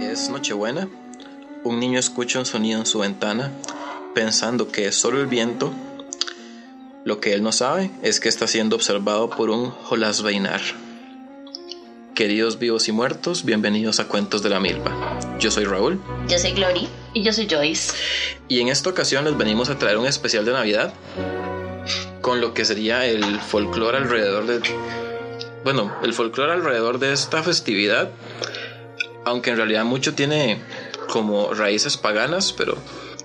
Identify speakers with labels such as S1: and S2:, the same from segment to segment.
S1: es Nochebuena, un niño escucha un sonido en su ventana, pensando que es solo el viento. Lo que él no sabe es que está siendo observado por un Jolas Beinar. Queridos vivos y muertos, bienvenidos a Cuentos de la Milpa. Yo soy Raúl.
S2: Yo soy Glory.
S3: Y yo soy Joyce.
S1: Y en esta ocasión les venimos a traer un especial de Navidad con lo que sería el folclore alrededor de... Bueno, el folclore alrededor de esta festividad, aunque en realidad mucho tiene como raíces paganas, pero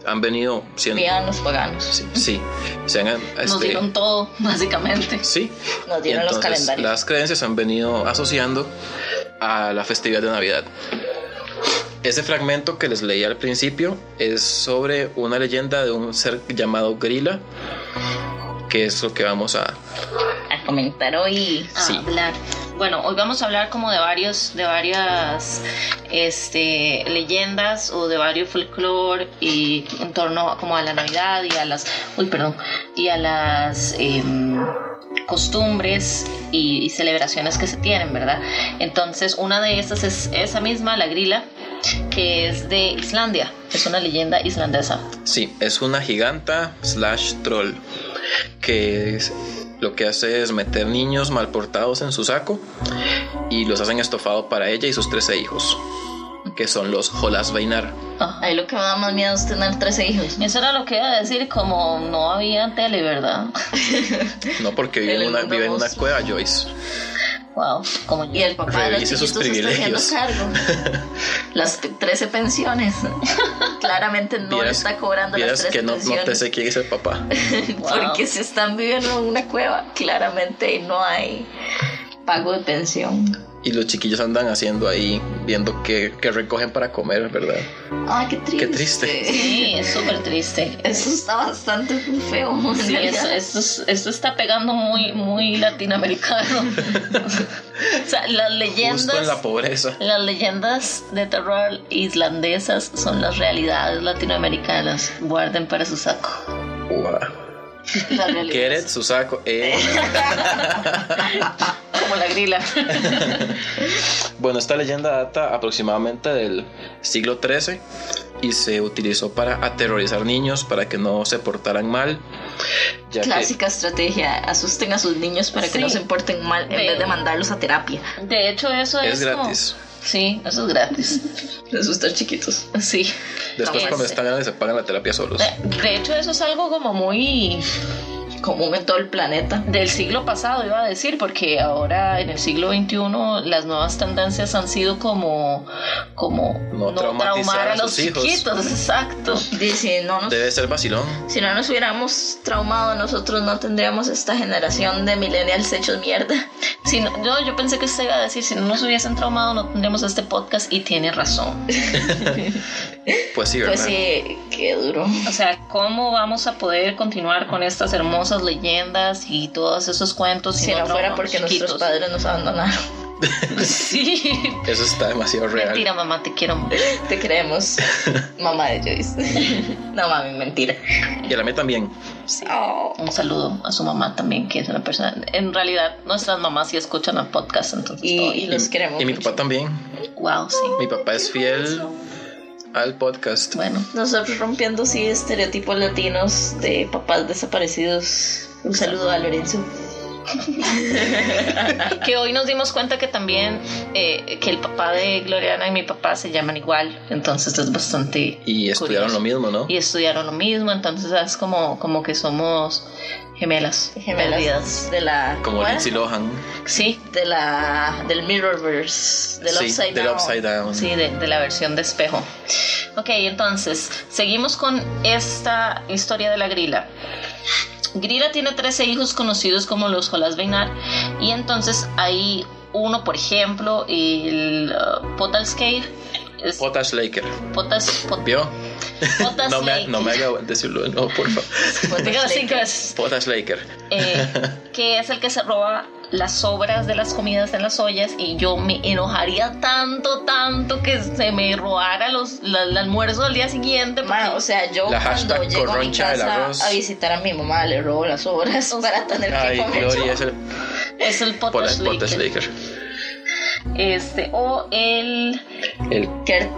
S1: han venido siendo...
S2: Vivan los paganos.
S1: Sí, sí. se han, este,
S3: Nos dieron todo, básicamente.
S1: Sí.
S2: Nos dieron
S1: Y
S2: los calendarios.
S1: Las creencias han venido asociando a la festividad de Navidad. Ese fragmento que les leí al principio es sobre una leyenda de un ser llamado Grila, que es lo que vamos a...
S2: A comentar hoy.
S3: A
S1: Sí.
S3: hablar. Bueno, hoy vamos a hablar como de varios, de varias este, leyendas o de varios folclore y en torno a- como a la Navidad y a las, uy, perdón, y a las em, costumbres y, y celebraciones que se tienen, ¿verdad? Entonces, una de estas es esa misma, la grila, que es de Islandia, es una leyenda islandesa.
S1: Sí, es una giganta slash troll, que es- lo que hace es meter niños malportados en su saco y los hacen estofado para ella y sus 13 hijos, que son los Jolas Veinar.
S3: Ajá.
S2: Ahí lo que me da más miedo es tener 13 hijos.
S3: Eso era lo que iba a decir, como no había tele, ¿verdad?
S1: No porque vive
S2: El
S1: en una,
S2: mundo
S1: vive en una
S2: monstruo.
S1: cueva, Joyce.
S3: Wow, como yo.
S2: Y el papá de los
S1: Revise
S2: chiquitos
S1: sus
S2: está haciendo
S1: privilegios.
S2: cargo. Las pe- 13 pensiones. Claramente no le
S1: Vieras-
S2: está cobrando las
S1: vieras
S2: 13
S1: que no, no
S2: pensiones.
S1: te sé quién es el papá.
S3: Wow.
S2: Porque si están viviendo en una cueva, claramente no hay pago de pensión.
S1: Y los chiquillos andan haciendo ahí, viendo qué, qué recogen para comer, ¿verdad?
S2: Ah, qué triste.
S1: Qué triste.
S3: Sí, es súper triste.
S2: Eso está bastante feo. en
S3: Sí,
S2: realidad.
S3: eso, eso es- eso está pegando muy, muy latinoamericano. o sea, las
S1: Justo en
S3: leyendas,
S1: la pobreza.
S3: las leyendas de terror islandesas son las realidades latinoamericanas. Guarden para su saco.
S1: Uah.
S2: La realidad.
S1: Get it, su saco. eh.
S2: Como la grila.
S1: Bueno, esta leyenda data aproximadamente del siglo XIII y se utilizó para aterrorizar niños para que no se portaran mal. Ya que
S2: Clásica estrategia. Asusten a sus niños para que
S3: Sí.
S2: no se porten mal en
S3: Ve-
S2: vez de mandarlos a terapia.
S3: De hecho, eso es,
S1: es
S3: como-
S1: gratis.
S3: Sí, eso es gratis.
S2: Asustar chiquitos.
S3: Sí.
S1: Después,
S3: Ah,
S1: cuando
S3: ese.
S1: están grandes, se pagan la terapia solos.
S3: De- De hecho, eso es algo como muy
S2: Común en todo el planeta.
S3: Del siglo pasado iba a decir, porque ahora en el siglo XXI las nuevas tendencias han sido como, como
S1: No traumatizar a sus hijos.
S3: chiquitos, exacto.
S2: Dice, no nos
S1: Debe ser vacilón.
S2: Si no nos hubiéramos traumado, nosotros no tendríamos esta generación de millennials hechos mierda.
S3: Si no- yo, yo pensé que usted iba a decir, si no nos hubiesen traumado no tendríamos este podcast y tiene razón.
S1: Pues sí, ¿verdad?
S2: Pues sí, qué duro.
S3: O sea, ¿cómo vamos a poder continuar con estas hermosas leyendas y todos esos cuentos
S2: Si no fuera
S3: traumamos
S2: porque nuestros
S3: chiquitos?
S2: padres nos abandonaron.
S3: Sí.
S1: Eso está demasiado real.
S3: Mentira, mamá, te quiero.
S2: Te creemos, mamá de Joyce. No mami, mentira.
S1: Y a la mía también.
S2: Oh.
S3: Un saludo a su mamá también, que es una persona. En realidad, nuestras mamás sí escuchan el podcast, entonces.
S2: Y,
S3: todo
S2: y los queremos.
S1: Y mi
S2: mucho.
S1: papá también.
S3: Wow, sí.
S1: Mi papá es fiel al podcast.
S3: Bueno,
S2: Nosotros rompiendo sí estereotipos latinos de papás desaparecidos. Un saludo a Lorenzo.
S3: que hoy nos dimos cuenta que también eh, que el papá de Gloriana y mi papá se llaman igual, entonces es bastante
S1: Y estudiaron
S3: curioso.
S1: lo mismo, ¿no?
S3: y estudiaron lo mismo, entonces es como como que somos gemelas,
S2: Gemelas
S3: perdidas.
S2: de la
S1: Como
S2: ¿cómo era?
S1: Lindsay Lohan.
S3: Sí,
S2: de la del Mirrorverse, del
S1: Sí,
S2: Upside
S1: del
S2: Down.
S1: Upside Down.
S3: Sí, de, de la versión de espejo. Ok, entonces, seguimos con esta historia de la grila. Grila tiene 13 hijos conocidos como los Jolas Beinar, y entonces hay uno, por ejemplo, el uh, Potalskeir, es
S1: Potash Laker.
S3: Potas, Pot-
S1: ¿Vio?
S3: Potas
S1: No me,
S3: Lake,
S1: no me haga decirlo de nuevo, por favor.
S2: Pues,
S3: dígalo
S2: pues,
S3: cinco veces,
S1: Potash Laker.
S3: eh, que es el que se roba las sobras de las comidas en las ollas y yo me enojaría tanto, tanto que se me robara los, la- el almuerzo al día siguiente. porque-
S2: Ma, o sea, yo
S1: La
S2: cuando
S1: hashtag
S2: llego a mi
S1: corroncha del
S2: casa
S1: arroz.
S2: a visitar a mi mamá le robo las obras para tener
S1: Ay,
S2: que comer yo.
S1: Gloria es el
S3: Es el
S1: Pol-
S3: Potash
S1: Potash
S3: Lake.
S1: Laker.
S3: Este, o el.
S1: El
S2: Care-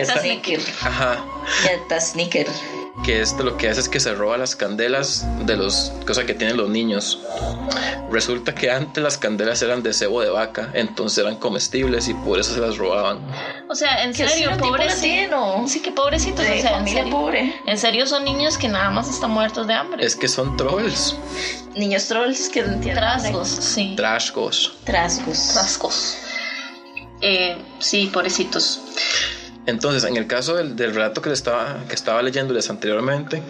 S1: Esta-
S2: Snicker.
S1: Ajá.
S2: Quieta Snicker.
S1: que esto lo que hace es que se roba las candelas de los cosas que tienen los niños. Resulta que antes las candelas eran de cebo de vaca, entonces eran comestibles y por eso se las robaban.
S3: O sea, en
S2: Que
S3: serio,
S2: sí, un tipo
S3: pobrecito.
S2: latino.
S3: Sí, que pobrecitos.
S2: De
S3: o sea, en
S2: familia
S3: serio.
S2: pobre.
S3: En serio, son niños que nada más están muertos de hambre.
S1: Es que son trolls,
S2: Niños trolls que no entienden.
S3: Trasgos, sí.
S1: trashcos.
S2: Trasgos.
S3: Trasgos. Eh, sí, pobrecitos.
S1: Entonces, en el caso del, del relato que, le estaba, que estaba leyéndoles anteriormente,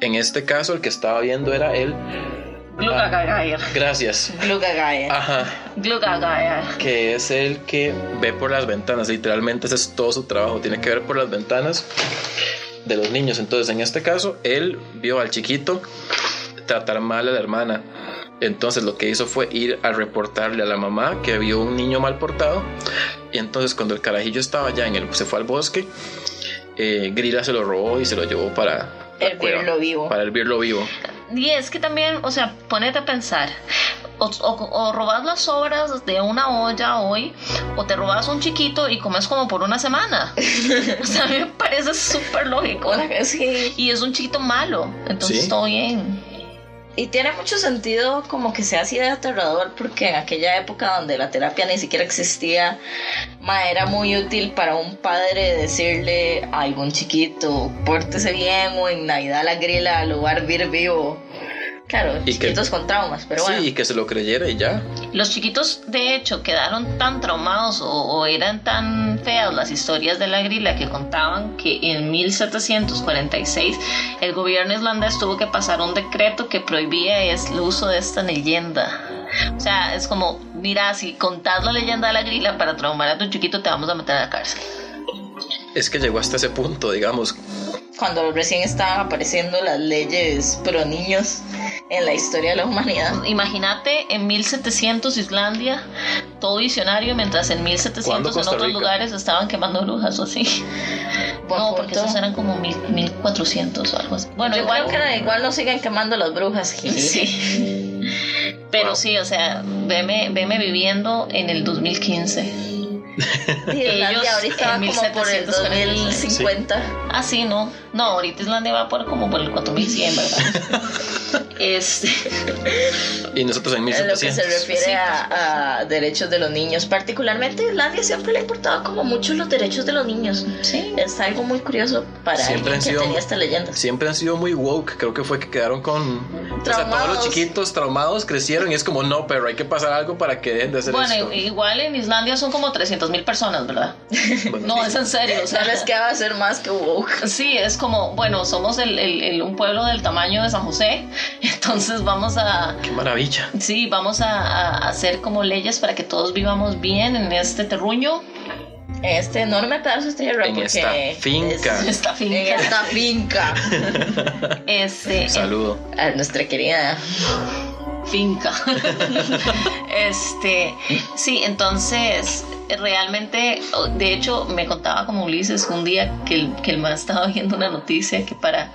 S1: en este caso el que estaba viendo era el...
S3: Glugagagaer.
S1: Gracias.
S2: Glugagaya.
S1: Ah, Ajá,
S3: Glugagagaer.
S1: que es el que ve por las ventanas, literalmente ese es todo su trabajo, tiene que ver por las ventanas de los niños. Entonces, en este caso, él vio al chiquito tratar mal a la hermana. Entonces, lo que hizo fue ir a reportarle a la mamá que vio un niño mal portado. Y entonces, cuando el carajillo estaba ya en el, se fue al bosque, eh, Grila se lo robó y se lo llevó para la cueva,
S2: Hervirlo vivo.
S1: Para hervirlo vivo.
S3: Y es que también, o sea, ponete a pensar. O, o, o robas las sobras de una olla hoy, o te robas un chiquito y comes como por una semana. o sea, a mí me parece súper lógico.
S2: Una- es que-
S3: Y es un chiquito malo, entonces
S1: Sí.
S3: todo bien.
S2: y tiene mucho sentido como que sea así de aterrador porque en aquella época donde la terapia ni siquiera existía, ma, era muy útil para un padre decirle a algún chiquito, pórtese bien o en Navidad la grila lo va a hervir vivo. Claro,
S1: que-
S2: chiquitos con traumas, pero bueno.
S1: sí, y que se lo creyera y ya.
S3: Los chiquitos, de hecho, quedaron tan traumados o, o eran tan feas las historias de la grila que contaban que en 1746 el gobierno islandés tuvo que pasar un decreto que prohibía es- el uso de esta leyenda. O sea, es como, mira, si contás la leyenda de la grila para traumar a tu chiquito, te vamos a meter a la cárcel.
S1: Es que llegó hasta ese punto, digamos,
S2: cuando recién estaban apareciendo las leyes pro niños en la historia de la humanidad.
S3: Imagínate en 1700 Islandia, todo diccionario, mientras en 1700 en
S1: Costa
S3: otros
S1: Rica?
S3: lugares estaban quemando brujas o así.
S2: Buen
S3: no, porque
S2: punto.
S3: esos eran como mil, 1400 o algo así. Bueno,
S2: Yo
S3: igual.
S2: creo que igual no sigan quemando las brujas. Gil.
S3: Sí. Pero
S1: Wow.
S3: sí, o sea, veme, veme viviendo en el 2015.
S2: Y Islandia
S3: Ellos
S2: ahorita
S3: en
S2: va como por el
S3: 1746.
S2: 2050.
S3: Ah, sí, no. No, ahorita Islandia va por como por el 4100, ¿verdad? este.
S1: y nosotros en
S2: En lo que
S1: 1700.
S2: se refiere a, a derechos de los niños. Particularmente a Islandia siempre le ha importado como mucho los derechos de los niños.
S3: Sí.
S2: Es algo muy curioso para
S1: Siempre
S2: alguien
S1: han
S2: que
S1: sido-
S2: tenía esta leyenda.
S1: siempre han sido muy woke. Creo que fue que quedaron con. O sea, todos los
S2: Traumados.
S1: chiquitos traumados crecieron y es como, no, pero hay que pasar algo para que dejen de hacer
S3: Bueno,
S1: esto.
S3: i- igual en Islandia son como 300.000 personas, ¿verdad?
S1: Bueno,
S3: No, es en serio. O sea,
S2: No les queda ser más que woke.
S3: Sí, es como, bueno, somos el- el- el- un pueblo del tamaño de San José, entonces vamos a,
S1: Qué maravilla.
S3: Sí, vamos a, a hacer como leyes para que todos vivamos bien en este terruño,
S2: En Este enorme pedazo de tierra.
S1: En
S2: porque
S1: esta
S2: es-
S1: finca.
S3: en esta
S2: en
S3: finca.
S2: esta finca.
S3: Este, en
S1: Saludo.
S2: a nuestra querida.
S3: finca. este, sí, entonces realmente, o- de hecho, me contaba como Ulises un día que el, que el man estaba viendo una noticia que para,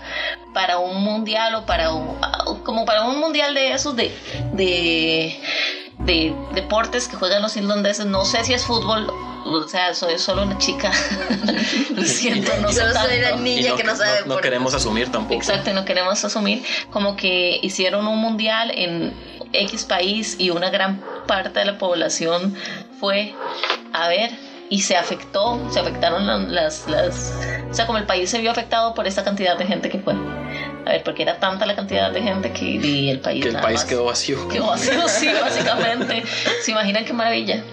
S3: para un mundial o para un, como para un mundial de esos de, de, de deportes que juegan los irlandeses, no sé si es fútbol. O sea, soy solo una chica. Lo siento, no sé
S2: Solo soy la
S3: tanto.
S1: Y
S2: niña que no sabe
S1: no
S2: por-
S1: queremos asumir tampoco.
S3: Exacto, y no queremos asumir como que hicieron un mundial en X país y una gran parte de la población fue a ver y se afectó, se afectaron la- las, las... O sea, como el país se vio afectado por esta cantidad de gente que fue. A ver, porque era tanta la cantidad de gente que y el país...
S1: Que el
S3: nada
S1: país
S3: más
S1: quedó vacío.
S3: quedó vacío, sí, básicamente. ¿Se imaginan qué maravilla?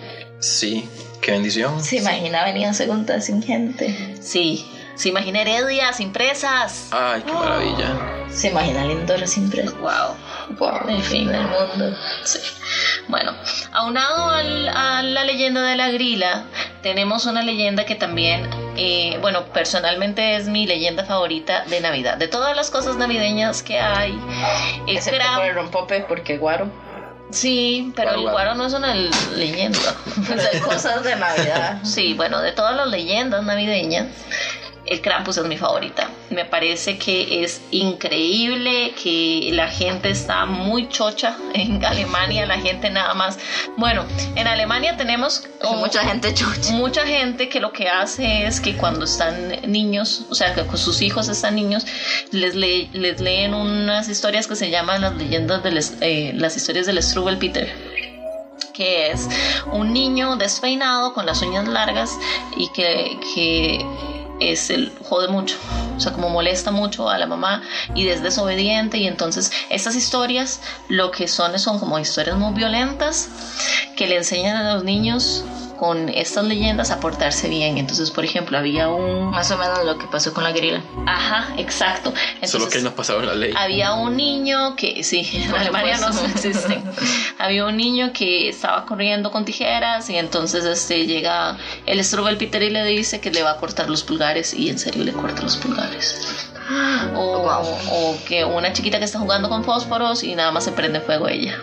S1: Sí, qué bendición.
S2: Se imagina venía segunda sin gente.
S3: Sí, se imagina Heredia sin presas.
S1: Ay, qué maravilla.
S2: Se imagina Lindor sin presa.
S3: Wow.
S2: Wow,
S3: En fin.
S2: del mundo.
S3: Sí. Bueno, aunado al- a la leyenda de la grila, tenemos una leyenda que también, eh, bueno, personalmente es mi leyenda favorita de Navidad. De todas las cosas navideñas que hay, el
S2: Excepto
S3: gran-
S2: por el rompope, porque guaro.
S3: Sí, pero el
S1: Guaro,
S3: guaro no es una l- leyenda.
S2: O sea, cosas de Navidad.
S3: Sí, bueno, de todas las leyendas navideñas, el Krampus es mi favorita. Me parece que es increíble, que la gente está muy chocha en Alemania, la gente nada más. Bueno, en Alemania tenemos
S2: Hay mucha gente chocha.
S3: mucha gente que lo que hace es que cuando están niños, o sea, que con sus hijos están niños, les, le- les leen unas historias que se llaman las leyendas de les- eh, las historias del Struwelpeter que es un niño despeinado con las uñas largas y que, que es el jode mucho, o sea, como molesta mucho a la mamá y es desobediente y entonces estas historias lo que son son como historias muy violentas que le enseñan a los niños con estas leyendas a portarse bien. Entonces, por ejemplo, había un...
S2: Más o menos lo que pasó con la grilla.
S3: Ajá, exacto.
S1: Solo que
S3: Entonces,
S1: él no pasaba la ley.
S3: había un niño que, sí, en
S2: Por
S3: Alemania no
S2: supuesto.
S3: existen. Había un niño que estaba corriendo con tijeras y entonces este llega el Strubel Peter y le dice que le va a cortar los pulgares y en serio le corta los pulgares. O,
S2: Oh. Guau.
S3: o que una chiquita que está jugando con fósforos y nada más se prende fuego ella.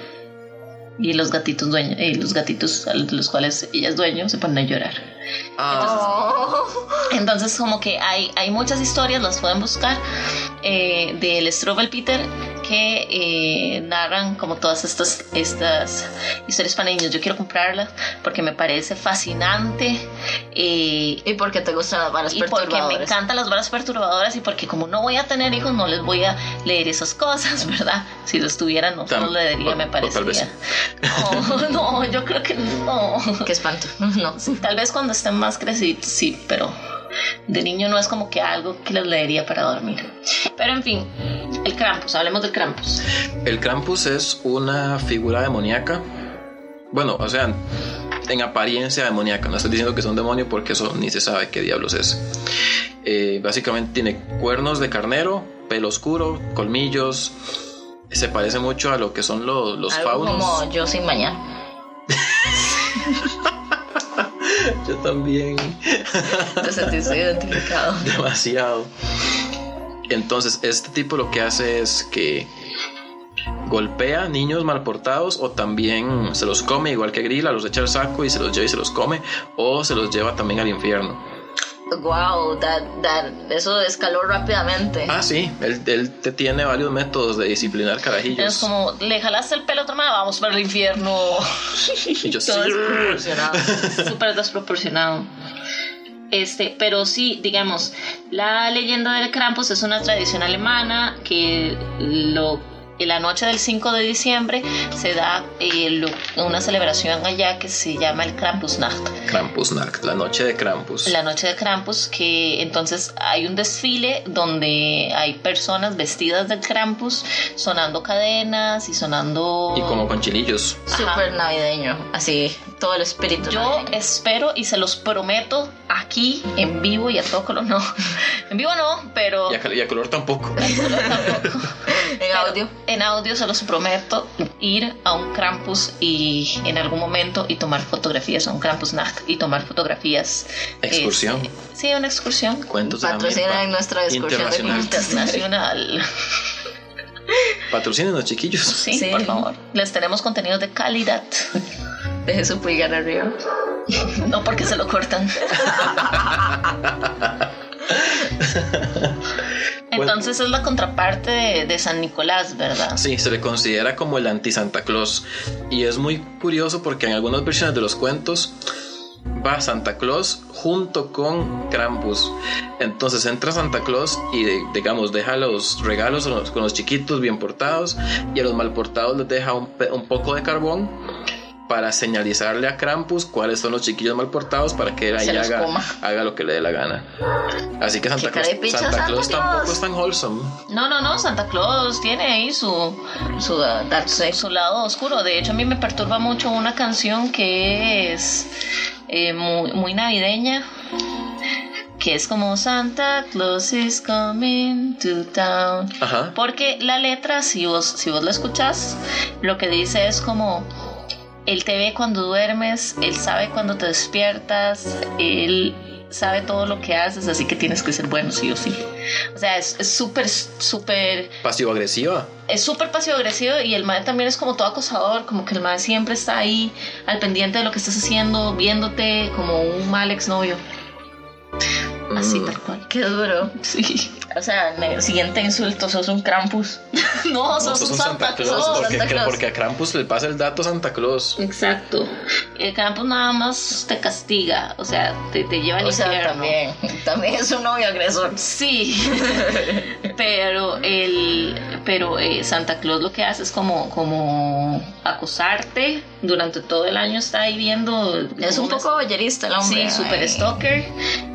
S3: Y los gatitos dueños, eh, los gatitos a los cuales ella es dueño se ponen a llorar.
S1: Ah,
S3: Oh. Entonces como que hay, hay muchas historias, las pueden buscar, eh, del Strobel Peter que eh, narran como todas estas, estas historias para niños. Yo quiero comprarlas porque me parece fascinante eh,
S2: ¿Y porque te gustan las varas
S3: y porque me
S2: perturbadoras?
S3: encantan las varas perturbadoras y porque como no voy a tener hijos no les voy a leer esas cosas, ¿verdad? Si los tuviera no
S1: Tal-
S3: los leería,
S1: o-
S3: me
S1: o tal
S3: parecería.
S1: vez.
S3: No, no, yo creo que no.
S2: Qué espanto. No.
S3: Tal vez cuando estén más crecidos, sí, pero de niño no es como que algo que les leería para dormir. Pero en fin, el Krampus, hablemos del Krampus.
S1: el Krampus es una figura demoníaca. Bueno, o sea, en apariencia demoníaca. No estoy diciendo que es un demonio porque eso ni se sabe qué diablos es. Eh, básicamente tiene cuernos de carnero, pelo oscuro, colmillos. Se parece mucho a lo que son lo- los
S2: Algo
S1: faunos.
S2: como yo sin mañana.
S1: Yo también.
S2: Te sentís identificado.
S1: demasiado. Entonces, este tipo lo que hace es que golpea niños mal portados o también se los come, igual que Grilla, los echa al saco y se los lleva y se los come, o se los lleva también al infierno.
S2: Wow, that, that, eso escaló rápidamente.
S1: Ah, sí, él, él te tiene varios métodos de disciplinar
S3: Es
S1: carajillos.
S3: como, le jalaste el pelo a tu mamá, vamos para el infierno.
S1: Y yo,
S3: Todo
S1: "Sí".
S2: Emocionado.
S3: súper desproporcionado. Este, pero sí, digamos, la leyenda del Krampus es una tradición alemana que lo, en la noche del 5 de diciembre se da eh, lo- una celebración allá que se llama el Krampusnacht.
S1: Krampusnacht, la noche de Krampus.
S3: La noche de Krampus, que entonces hay un desfile donde hay personas vestidas de Krampus sonando cadenas y sonando...
S1: Y como con chilillos.
S2: Súper navideño. Así, todo el espíritu.
S3: Yo
S2: navideño.
S3: espero y se los prometo aquí en vivo y a todo color, no. En vivo no, pero
S1: Y a, y a color tampoco.
S2: en
S3: eh, pero
S2: audio.
S3: en audio se los prometo ir a un Krampus y en algún momento y tomar fotografías a un Krampus Nacht y tomar fotografías.
S1: Excursión.
S3: Este, sí, una excursión
S1: Cuentos de la milpa.
S2: Patrocinan nuestra excursión de
S1: Internacional.
S3: internacional.
S1: Patrocínenos, chiquillos.
S3: Sí,
S2: Sí.
S3: por favor. Les tenemos contenidos de calidad.
S2: Deje su pulgar arriba.
S3: No porque se lo cortan. Entonces es la contraparte de, de San Nicolás, ¿verdad?
S1: Sí, se le considera como el anti-Santa Claus. Y es muy curioso porque en algunas versiones de los cuentos va Santa Claus junto con Krampus. Entonces entra Santa Claus y, de- digamos, deja los regalos a los- con los chiquitos bien portados y a los mal portados les deja un, pe- un poco de carbón para señalizarle a Krampus cuáles son los chiquillos mal portados para que él ahí
S2: Se los
S1: haga,
S2: coma.
S1: haga lo que le dé la gana. Así que Santa
S2: cara
S1: Claus,
S2: de picha,
S1: Santa
S2: Santa
S1: Claus
S2: Claus.
S1: tampoco es tan wholesome.
S3: No, no, no, Santa Claus tiene ahí su,
S2: Su uh, Dark Side.
S3: su lado oscuro. De hecho, a mí me perturba mucho una canción que es eh, muy, muy navideña. Que es como Santa Claus is coming to town.
S1: Ajá.
S3: Porque la letra, si vos, si vos la escuchás, lo que dice es como, Él te ve cuando duermes, Él sabe cuando te despiertas, Él sabe todo lo que haces, así que tienes que ser bueno, sí o sí. O sea, es es súper, súper,
S1: Pasivo-agresiva.
S3: es súper pasivo-agresivo y el mae también es como todo acosador, como que el mae siempre está ahí al pendiente de lo que estás haciendo, viéndote como un mal exnovio.
S1: Mm.
S3: Así tal cual.
S2: Qué duro.
S3: Sí.
S2: O sea, el siguiente insulto, sos un Krampus.
S3: No,
S1: No,
S3: sos
S1: sos
S3: un Santa, Claus.
S1: porque,
S2: Santa Claus.
S1: porque a Krampus le pasa el dato Santa Claus.
S3: Exacto. El Krampus nada más te castiga, o sea, te, te lleva al
S2: O sea,
S3: infierno.
S2: también, también es un novio agresor.
S3: Sí, pero el, pero eh, Santa Claus lo que hace es como, como acosarte durante todo el año está ahí viendo.
S2: Es un poco bollerista el hombre.
S3: sí, super
S2: ay,
S3: stalker,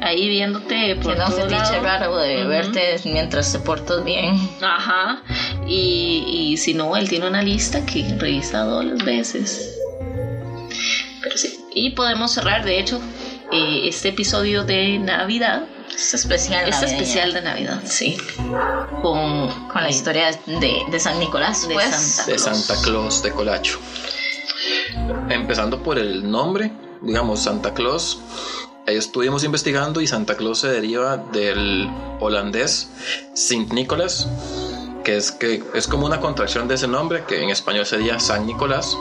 S3: ahí viéndote por
S2: Tiene un
S3: todo
S2: fetiche
S3: lado.
S2: raro de
S3: Ujú.
S2: verte mientras te portas bien.
S3: Ajá, y, y si no, él tiene una lista que revisa todas las veces. Pero sí, y podemos cerrar, de hecho, eh, este episodio de Navidad.
S2: Es especial.
S3: Este
S2: navideño.
S3: especial de Navidad, sí. Con, eh,
S2: Con la historia de, de San Nicolás,
S3: De
S2: pues.
S3: Santa.
S1: de
S3: Claus.
S1: Santa Claus de Colacho. Empezando por el nombre, digamos Santa Claus, ahí estuvimos investigando y Santa Claus se deriva del holandés Sint Nicholas, que es, que es como una contracción de ese nombre, que en español sería San Nicolás,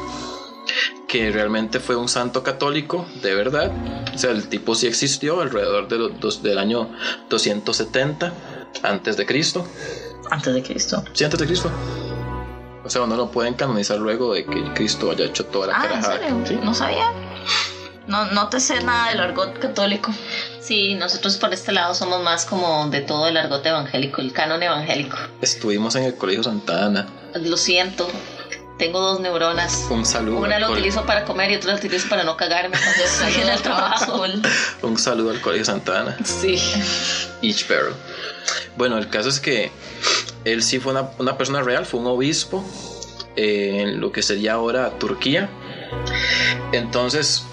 S1: que realmente fue un santo católico, de verdad. O sea, el tipo sí existió alrededor de los dos- del año 270 antes de Cristo.
S2: Antes de Cristo.
S1: Sí, antes de Cristo. O sea, no lo pueden canonizar luego de que Cristo haya hecho toda la
S2: Ah, ¿en
S1: carajada.
S2: serio?
S1: Sí.
S2: No sabía. No, no te sé nada del argot católico.
S3: Sí, nosotros por este lado somos más como de todo el argote evangélico, el canon evangélico.
S1: Estuvimos en el Colegio Santa Ana.
S3: Lo siento, tengo dos neuronas.
S1: Un saludo.
S3: Una
S1: al
S3: la
S1: cole-
S3: utilizo para comer y otra la utilizo para no cagarme cuando estoy en el trabajo.
S1: Un saludo al Colegio Santa Ana.
S3: Sí.
S1: Each Barrel. Bueno, el caso es que él sí fue una, una persona real, fue un obispo eh, en lo que sería ahora Turquía. Entonces,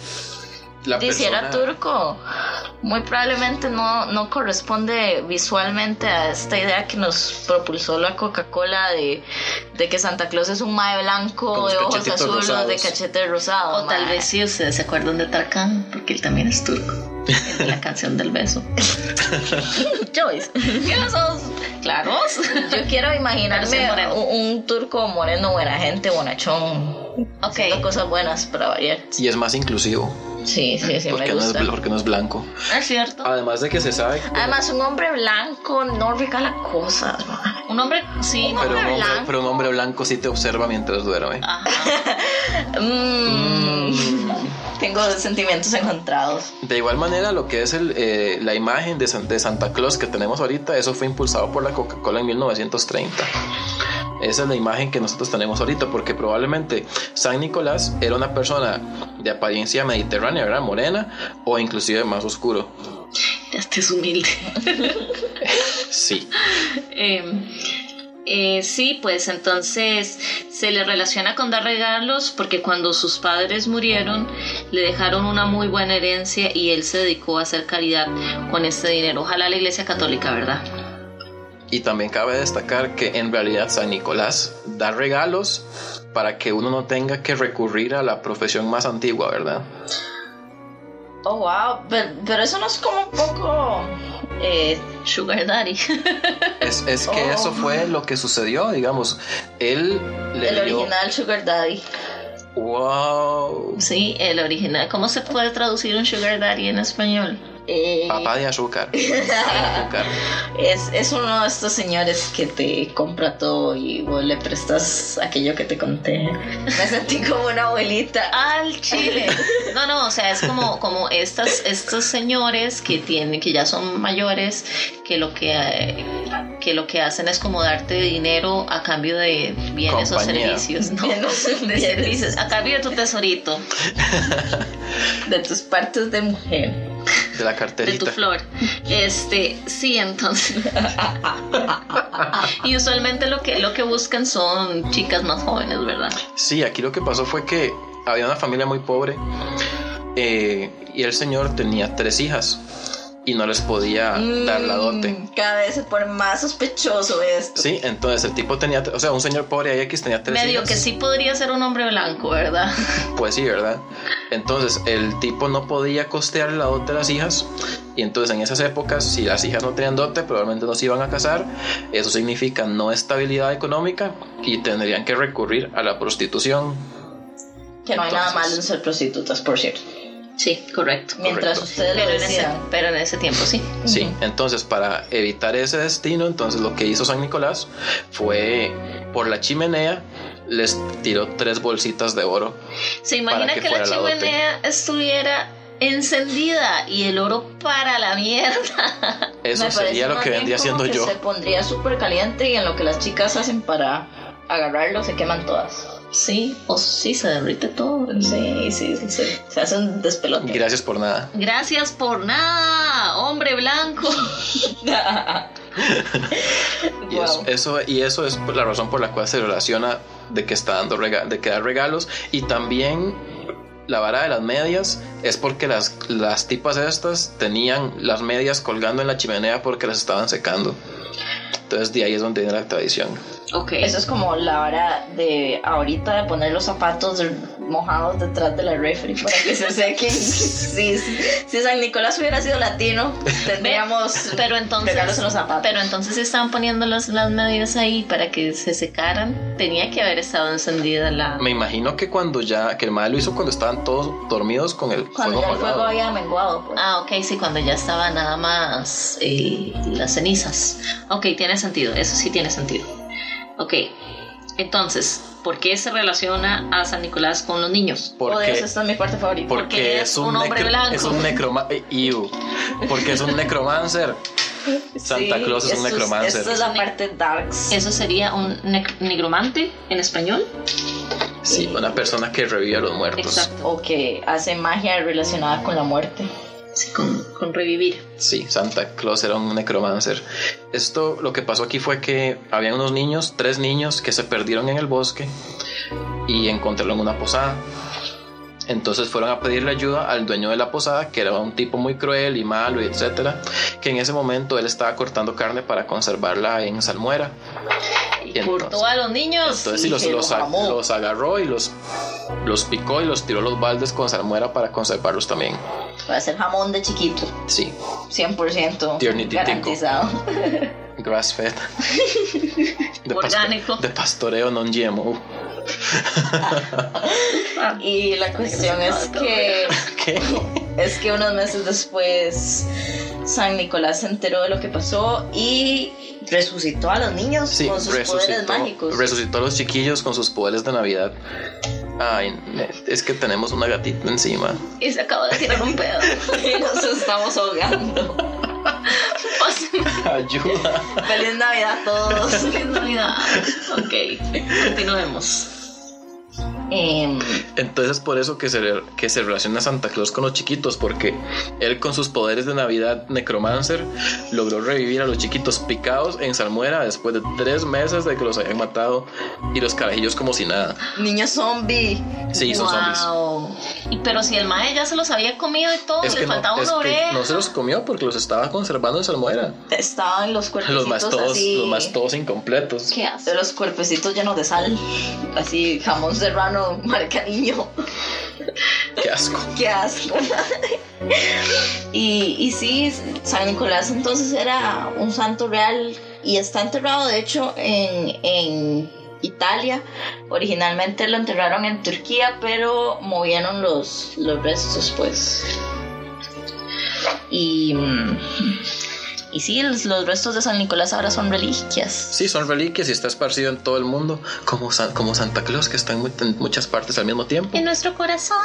S1: la
S2: Si
S1: persona...
S2: era turco, muy probablemente no, no corresponde visualmente a esta idea que nos propulsó la Coca-Cola de, de que Santa Claus es un mae blanco
S1: Con los
S2: de ojos
S1: cachetitos
S2: azules, de
S1: rosados.
S2: cachete rosado.
S3: O tal
S2: mae.
S3: vez sí ustedes se acuerdan de Tarkan, porque él también es turco. El de La canción del beso.
S2: Joyce,
S3: ¿Qué besos? Claros.
S2: yo
S3: Pero
S2: quiero
S3: soy
S2: imaginarme
S3: moreno.
S2: un, un turco moreno, buena gente, bonachón,
S3: Ok.
S2: haciendo cosas buenas para variar.
S1: Y es más inclusivo,
S2: Sí, sí, sí, me
S1: porque no, es,
S2: gusta. Ah,
S1: porque no es blanco.
S3: Ah, Es cierto.
S1: Además de que se sabe...
S2: Además, un hombre blanco no regala cosas, mae.
S3: Un hombre, sí.
S1: Pero un, hombre,
S2: blanco.
S1: pero un hombre blanco sí te observa mientras duerme.
S3: Ajá.
S2: Mm, tengo sentimientos encontrados.
S1: De igual manera, lo que es el, eh, la imagen de, San- de Santa Claus que tenemos ahorita, eso fue impulsado por la Coca-Cola en 1930. Esa es la imagen que nosotros tenemos ahorita, porque probablemente San Nicolás era una persona de apariencia mediterránea, ¿verdad? Morena o inclusive más oscuro.
S3: Ya estés humilde.
S1: Sí.
S3: Eh, eh, sí, pues entonces se le relaciona con dar regalos porque cuando sus padres murieron le dejaron una muy buena herencia y él se dedicó a hacer caridad con este dinero. Ojalá la Iglesia Católica, ¿verdad?
S1: Y también cabe destacar que en realidad San Nicolás da regalos para que uno no tenga que recurrir a la profesión más antigua, ¿verdad?
S2: Oh, wow. Pero, pero eso no es como un poco. eh,
S3: Sugar Daddy.
S1: Es, es que
S2: Oh.
S1: eso fue lo que sucedió, digamos. Él le
S2: el
S1: dio-
S2: original Sugar Daddy.
S1: Wow.
S3: Sí, el original. ¿Cómo se puede traducir un Sugar Daddy en español?
S2: Eh,
S1: Papá de azúcar. Papá de azúcar.
S2: es, es uno de estos señores que te compra todo y vos le prestas aquello que te conté. Me sentí como una abuelita.
S3: al chile. No, no, o sea, es como, como estas, estos señores que tienen, que ya son mayores, que lo que, eh, que lo que hacen es como darte dinero a cambio de bienes
S1: Compañía.
S3: o servicios, ¿no?
S2: De, los-
S3: De servicios, a cambio de tu tesorito,
S2: de tus partes de mujer.
S1: De la
S3: de tu
S1: carterita.
S3: flor. Este, sí, entonces. Y usualmente lo que, lo que buscan son chicas más jóvenes, ¿verdad?
S1: Sí, aquí lo que pasó fue que había una familia muy pobre eh, y el señor tenía tres hijas y no les podía dar la dote.
S2: Mm, Cada vez se pone más sospechoso esto.
S1: Sí, entonces el tipo tenía, o sea, un señor pobre ahí X tenía tres
S3: Medio
S1: hijas.
S3: que sí podría ser un hombre blanco, ¿verdad?
S1: Pues sí, ¿verdad? Entonces el tipo no podía costear la dote de las hijas y entonces en esas épocas si las hijas no tenían dote probablemente no se iban a casar, eso significa no estabilidad económica y tendrían que recurrir a la prostitución.
S2: Que no hay nada
S1: Entonces-
S2: malo en ser prostitutas, por cierto.
S3: Sí, correcto.
S2: mientras
S1: Correcto.
S2: ustedes
S3: Pero
S2: lo
S3: en, ese,
S2: decidan.
S3: pero en ese tiempo sí.
S1: Sí,
S2: Ujú.
S1: entonces para evitar ese destino, entonces lo que hizo San Nicolás fue por la chimenea les tiró tres bolsitas de oro.
S3: Se
S1: Para
S3: imagina
S1: que
S3: que, la
S1: fuera la dote.
S3: chimenea estuviera encendida y el oro para la mierda.
S1: Eso
S2: Me parece
S1: sería lo
S2: más
S1: que
S2: bien
S1: vendría
S2: como
S1: siendo
S2: que
S1: yo.
S2: Se pondría súper caliente y en lo que las chicas hacen para agarrarlo se queman todas.
S3: Sí, o sí, se derrite todo.
S2: Sí, sí, sí. sí. Se hace un despelote.
S1: Gracias por nada.
S3: Gracias por nada, hombre blanco.
S1: Y, eso,
S2: Wow.
S1: eso- y eso es la razón por la cual se relaciona de que está dando rega- de que da regalos. Y también la vara de las medias es porque las, las tipas estas tenían las medias colgando en la chimenea porque las estaban secando. Entonces de ahí es donde viene la tradición.
S3: Ok.
S2: Eso es como la hora de ahorita de poner los zapatos mojados detrás de la refri para que se sequen. si, si San Nicolás hubiera sido latino, tendríamos
S3: pero entonces,
S2: regalos en los zapatos.
S3: pero entonces si estaban poniendo las, las medidas ahí para que se secaran. Tenía que haber estado encendida la.
S1: Me imagino que cuando ya, que el madre lo hizo cuando estaban todos dormidos con el fuego
S2: cuando ya el fuego
S1: apagado.
S2: había menguado, pues.
S3: Ah, ok, sí, cuando ya estaba nada más eh, las cenizas. Ok, tiene sentido, eso sí tiene sentido. Ok, entonces, ¿por qué se relaciona a San Nicolás con los niños?
S2: Oh, Dios,
S1: Porque,
S2: esta es mi parte favorita.
S1: porque es un,
S3: hombre
S1: necro-
S3: blanco.
S1: es un necroma- Ew. porque es un necromancer. Santa
S2: Sí,
S1: Claus es un
S2: eso
S1: necromancer.
S2: Esa es la parte darks.
S3: ¿Eso sería un nec- negromante en español?
S1: Sí, una persona que revive a los muertos.
S2: o que hace magia relacionada con la muerte.
S3: Sí, con, con revivir.
S1: Sí, Santa Claus era un necromancer. Esto lo que pasó aquí fue que había unos niños, tres niños, que se perdieron en el bosque y encontraron una posada. Entonces fueron a pedirle ayuda al dueño de la posada, que era un tipo muy cruel y malo, y etcétera, que en ese momento él estaba cortando carne para conservarla en salmuera.
S3: Y
S1: entonces-
S3: Curtó a los niños.
S1: Entonces sí, los,
S2: que
S1: los,
S2: los amó.
S1: los agarró y los, los picó y los tiró a los baldes con salmuera para conservarlos también.
S2: Para hacer jamón de chiquito.
S1: Sí,
S2: 100%
S1: Tiernitico.
S2: garantizado.
S1: grass fed. De pasto-
S3: Orgánico.
S1: de pastoreo non GMO.
S3: Ah,
S2: Y la cuestión es que
S1: ¿Qué?
S2: es que unos meses después San Nicolás se enteró de lo que pasó y resucitó a los niños
S1: Sí,
S2: con sus poderes
S1: resucitó,
S2: mágicos.
S1: resucitó a los chiquillos con sus poderes de Navidad. Ay, es que tenemos una gatita encima.
S3: Y se acabó de tirar un pedo.
S2: Y nos estamos ahogando.
S1: Ayuda.
S2: Feliz Navidad a todos.
S3: Feliz Navidad. Ok, continuemos.
S2: Em,
S1: Entonces por eso que se, re- que se relaciona Santa Claus con los chiquitos, porque él con sus poderes de Navidad necromancer logró revivir a los chiquitos picados en salmuera después de tres meses de que los habían matado y los carajillos como si nada.
S2: niño zombie.
S1: Sí, son zombies.
S3: Wow. Y, pero si el mae ya se los había comido y todo,
S1: Es
S3: le
S1: que, no,
S3: faltaba
S1: es
S3: una
S1: que
S3: oreja.
S1: no se los comió porque los estaba conservando en salmuera.
S2: Estaban los cuerpecitos
S1: Los más todos,
S2: así.
S1: los más todos incompletos.
S3: ¿Qué
S2: de
S3: hace?
S2: los cuerpecitos llenos de sal, así jamón serrano, marca niño,
S1: Qué asco.
S2: qué asco. y, y sí, San Nicolás entonces era un santo real y está enterrado de hecho en, en Italia. Originalmente lo enterraron en Turquía, pero movieron los, los restos pues. Y, mm, y sí, los, los restos de San Nicolás ahora son reliquias.
S1: Sí, son reliquias y está esparcido en todo el mundo, como, San- como Santa Claus, que está en, mu- en muchas partes al mismo tiempo.
S3: En nuestro corazón.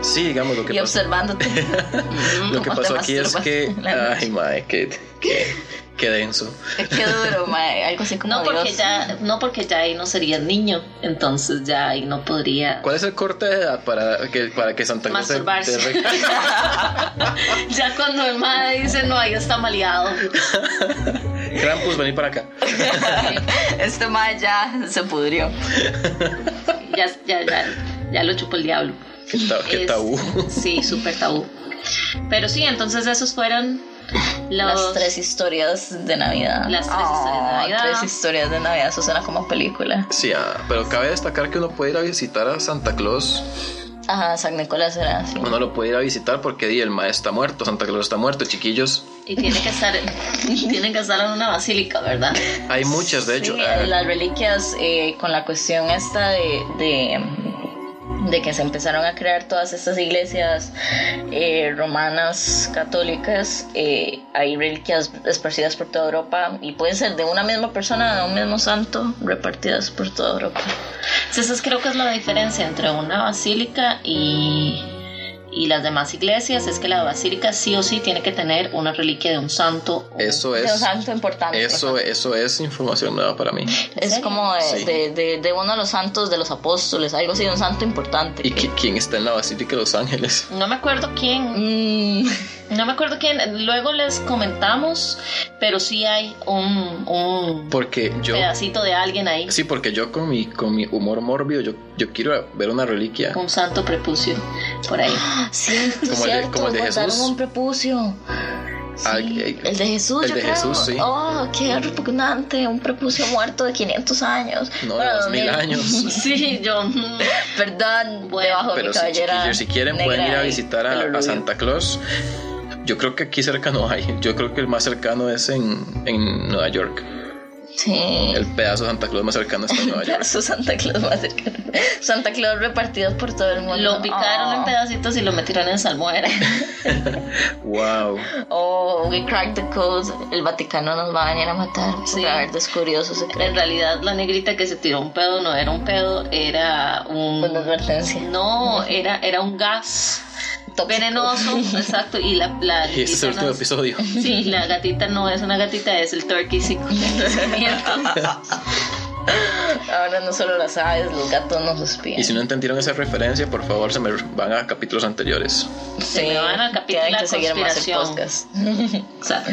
S1: Sí, digamos lo que
S2: Y
S1: pasó.
S2: observándote. Mm,
S1: Lo que
S2: cómo te
S1: pasó aquí es
S2: masturbas
S1: que. ah,
S2: en la
S1: Ay, madre, qué, qué, qué denso.
S2: Qué duro, mae. Algo así como
S3: No porque,
S2: Dios.
S3: ya, no porque ya ahí no sería niño, entonces ya ahí no podría.
S1: ¿Cuál es el corte de edad para que, para que Santa Claus se-
S3: Masturbarse.
S1: se re-
S3: Ya cuando el madre dice no, ahí está maleado.
S1: Krampus, vení para acá.
S2: Este mae ya se pudrió.
S3: Ya, ya, ya, ya lo chupó el diablo.
S1: Qué, ta- Ah, qué
S3: Es-
S1: tabú.
S3: Sí, súper tabú. Pero sí, entonces esos fueron los.
S2: Las tres historias de Navidad.
S3: Las tres
S1: Ah,
S3: historias de Navidad.
S2: Tres historias de Navidad. Eso suena como película.
S1: Sí, ah, pero cabe destacar que uno puede ir a visitar a Santa Claus.
S2: Ajá, San Nicolás era así.
S1: Uno lo puede ir a visitar porque di, el maestro está muerto, Santa Claus está muerto, chiquillos.
S3: Y tiene que estar, tiene que estar en una basílica, ¿verdad?
S1: Hay muchas, de hecho.
S2: Sí, eh,
S1: Ah,
S2: las reliquias eh, con la cuestión esta de, de, de que se empezaron a crear todas estas iglesias eh, romanas católicas, eh, hay reliquias esparcidas por toda Europa y pueden ser de una misma persona, de un mismo santo, repartidas por toda Europa.
S3: Entonces creo que Pues es la diferencia entre una basílica y, y las demás iglesias, es que la basílica sí o sí tiene que tener una reliquia de un santo. o-
S1: Eso
S2: De un
S1: es.
S2: santo importante.
S1: Pues, Eso, eso es información nueva para mí.
S2: Es
S3: serio?
S2: como de,
S1: Sí.
S2: de- de- de uno de los santos de los apóstoles, algo así, de un santo importante.
S1: ¿Y
S2: que-
S1: qui- quién está en la Basílica de Los Ángeles?
S3: No me acuerdo quién,
S2: Mm,
S3: no me acuerdo quién, luego les comentamos, pero sí hay un, un
S1: Porque yo.
S3: pedacito de alguien ahí,
S1: Sí, porque yo con mi, con mi humor mórbido, yo, yo quiero ver una reliquia.
S3: un santo prepucio por ahí.
S2: cierto,
S1: Como el de-
S2: Ah, cierto,
S1: como el de
S2: guardaron
S1: Jesús.
S2: un prepucio.
S1: Ah,
S2: Sí,
S1: eh,
S2: el de Jesús,
S1: el
S2: yo
S1: de
S2: creo.
S1: Jesús, sí. Mm.
S2: Oh, qué repugnante, un prepucio muerto de 500 años.
S1: No, de
S2: Bueno,
S1: 2000
S2: mil-
S1: años.
S3: Sí, yo... mm,
S2: Perdón,
S3: Bueno,
S2: debajo de
S1: Pero
S2: mi
S1: si,
S2: cabellera.
S1: chiquillos, si quieren
S2: negra
S1: pueden ir a
S2: y
S1: visitar a-
S2: pelo
S1: a,
S2: rubio.
S1: Santa Claus. Yo creo que aquí cerca no hay. Yo creo que el más cercano es en, en Nueva York.
S2: Sí.
S1: El pedazo de Santa Claus más cercano está en Nueva York.
S2: Su Santa Claus más cercano. Santa Claus repartidos por todo el mundo.
S3: Lo picaron en
S2: Oh.
S3: pedacitos y lo metieron en salmuera.
S1: Wow.
S2: Oh, we cracked the code. El Vaticano nos va a venir a matar por
S3: Sí.
S2: haber descubierto su
S3: En
S2: secreto.
S3: realidad la negrita que se tiró un pedo no era un pedo, era un...
S2: Una advertencia.
S3: No, era, era un gas
S2: Tóxico.
S3: venenoso, exacto, y la... la
S1: Y este es
S3: gatita
S1: el último
S3: no-
S1: episodio.
S3: Sí, la gatita no es una gatita, es el turkey sí, con el nacimiento.
S2: Ahora no solo las aves, los gatos nos
S1: Y
S2: espían.
S1: si no entendieron esa referencia, por favor, se me van a capítulos anteriores.
S3: Se me van al capítulo
S2: tienen
S3: de
S2: que
S3: la
S2: seguir más el
S3: conspiración.
S2: podcast.
S3: Exacto.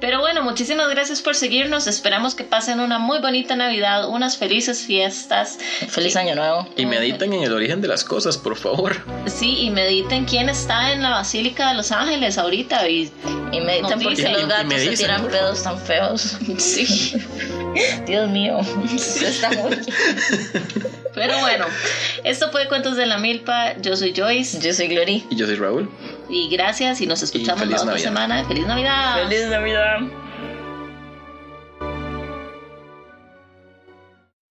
S3: Pero bueno, muchísimas gracias por seguirnos. Esperamos que pasen una muy bonita Navidad, unas felices fiestas.
S2: Feliz año nuevo.
S1: Y mediten en el origen de las cosas, por favor.
S3: Sí, y mediten quién está en la Basílica de Los Ángeles ahorita. Y
S2: Y meditan
S3: Nos
S2: porque
S1: Y-
S3: dicen.
S1: y
S2: los
S1: me
S2: gatos se
S1: dicen,
S2: tiran
S1: por
S2: pedos tan feos.
S3: sí.
S2: Dios mío. Esto está muy-
S3: Pero bueno, esto fue Cuentos de la Milpa. Yo soy Joyce.
S2: Yo soy Glory.
S1: Y yo soy Raúl.
S3: Y gracias y nos escuchamos la
S1: feliz
S3: otra
S1: Navidad.
S3: semana. ¡Feliz Navidad!
S2: Feliz Navidad.